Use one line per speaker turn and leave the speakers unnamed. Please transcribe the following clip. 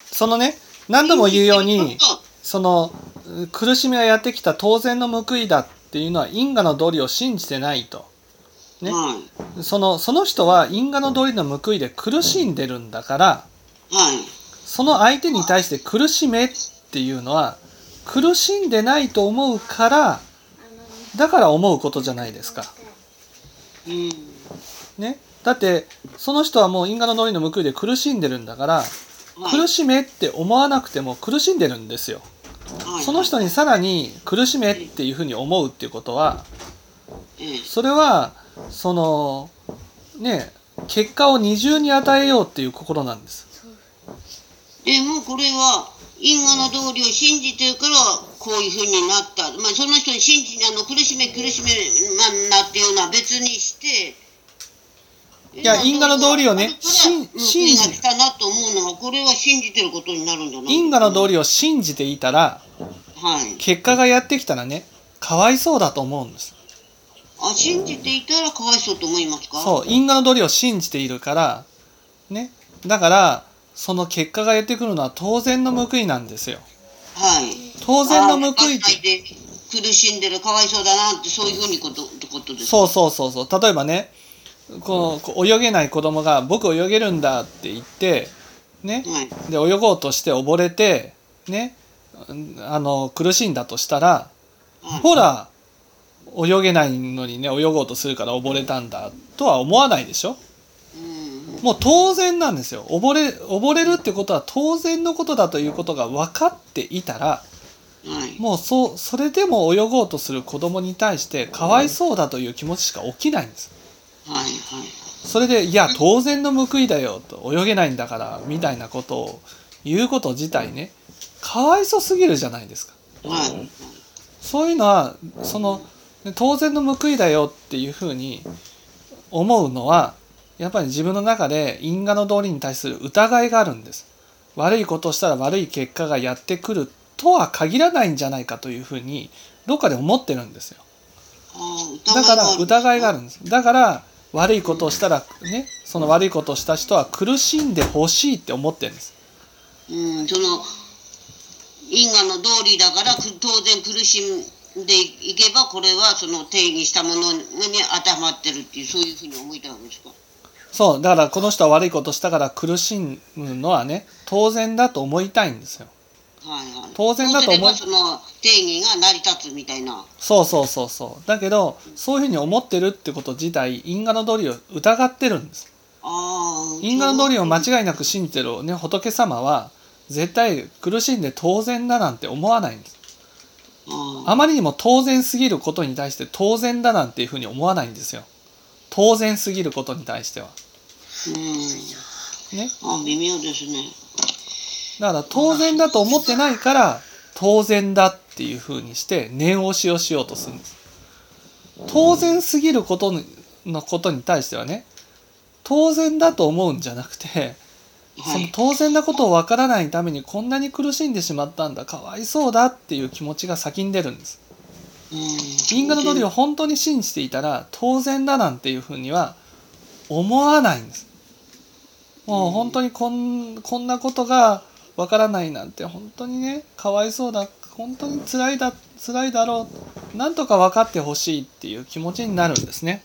そのね、何度も言うように、その、う苦しみがやってきた当然の報いだっていうのは因果の道理を信じてないと。ね
はい。
その、その人は因果の道理の報いで苦しんでるんだから、
はい。
その相手に対して苦しめっていうのは、苦しんでないと思うから、だから思うことじゃないですか。
うん。
ね。だって、その人はもう因果の道理の報いで苦しんでるんだから、苦しめって思わなくても苦しんでるんですよ。
はい
その人にさらに苦しめっていうふうに思うっていうことは、
ええ
それは、その、ね、結果を二重に与えようっていう心なんです。
でもこれは因果の道理を信じてるからこういうふうになった、まあ、その人に信じあの苦しめ苦しめなんなっていうのは別にしてい
や因果の道理をね信信じ
信じたなと思うのはこれは信じてることになるんじゃない
因果の道
理
理を信じていたら、
はい
結果がやってきたらね、かわいそうだと思うんです。
あ信じていたらかわいそうと思いますか
そう、因果の道理を信じているから、ね。だから、その結果がやってくるのは当然の報いなんですよ。
はい
当然の報い
あ
っ
分かんな
て
い。で苦しんでるかわいそうだなってそういうふうにことってことです
そうそうそうそう例えばねこうこう泳げない子供が「僕泳げるんだ」って言ってね
はい
で泳ごうとして溺れてねうんあの苦しんだとしたら
はい
ほら泳げないのにね泳ごうとするから溺れたんだとは思わないでしょ
うん
もう当然なんですよ溺れ溺れるってことは当然のことだということが分かっていたら
はい
もうそうそれでも泳ごうとする子供に対してかわいそうだという気持ちしか起きないんです
はいはい
それで「いや当然の報いだよ」と「泳げないんだから」みたいなことを言うこと自体ねかわいそうすぎるじゃないですか。
はい。
そういうのはそのね当然の報いだよっていうふうに思うのはやっぱり自分の中で因果の道理に対する疑いがあるんです。悪いことをしたら悪い結果がやってくるとは限らないんじゃないかというふうにどっかで思ってるんですよ。だ
だ
から疑いがある。んです。だから悪いことをしたらね、その悪いことをした人は苦しんでほしいって思ってるんです。
うん、その因果の道理だからく当然苦しんでいけばこれはその定義したものに当てはまってるっていうそういうふうに思いたわけですか。
そう、だからこの人は悪いことしたから苦しむのはね、当然だと思いたいんですよ。
はいはい。
当然だと思い
そうすればその定義が成り立つみたいな。
そうそうそうそう。だけど、そういうふうに思ってるってこと自体、因果の道理を疑ってるんです。
ああ。
因果の道理を間
え。
違いなく信じてるね、仏様は、絶対苦しんで当然だなんて思わないんです。
あ
あまりにも当然すぎることに対して当然だなんていうふうに思わないんですよ。当然すぎることに対しては。
ー
ね。
うん。あ微妙ですね。
だから当然だと思ってないから、当然だっていうふうにして念押しをしようとするんです。当然すぎることにのことに対してはね、当然だと思うんじゃなくて、
は
その
い。
当然なことをわからないためにこんなに苦しんでしまったんだ、かわいそうだっていう気持ちが先に出るんです。
うん。
因果の道理を
は。
本当に信じていたら当然だなんていうふうには思わないんです。もう本当にこんこんなことがわからないなんて本当にねかわいそうだ本当に辛いだ辛いだろうなんとか分かってほしいっていう気持ちになるんですね。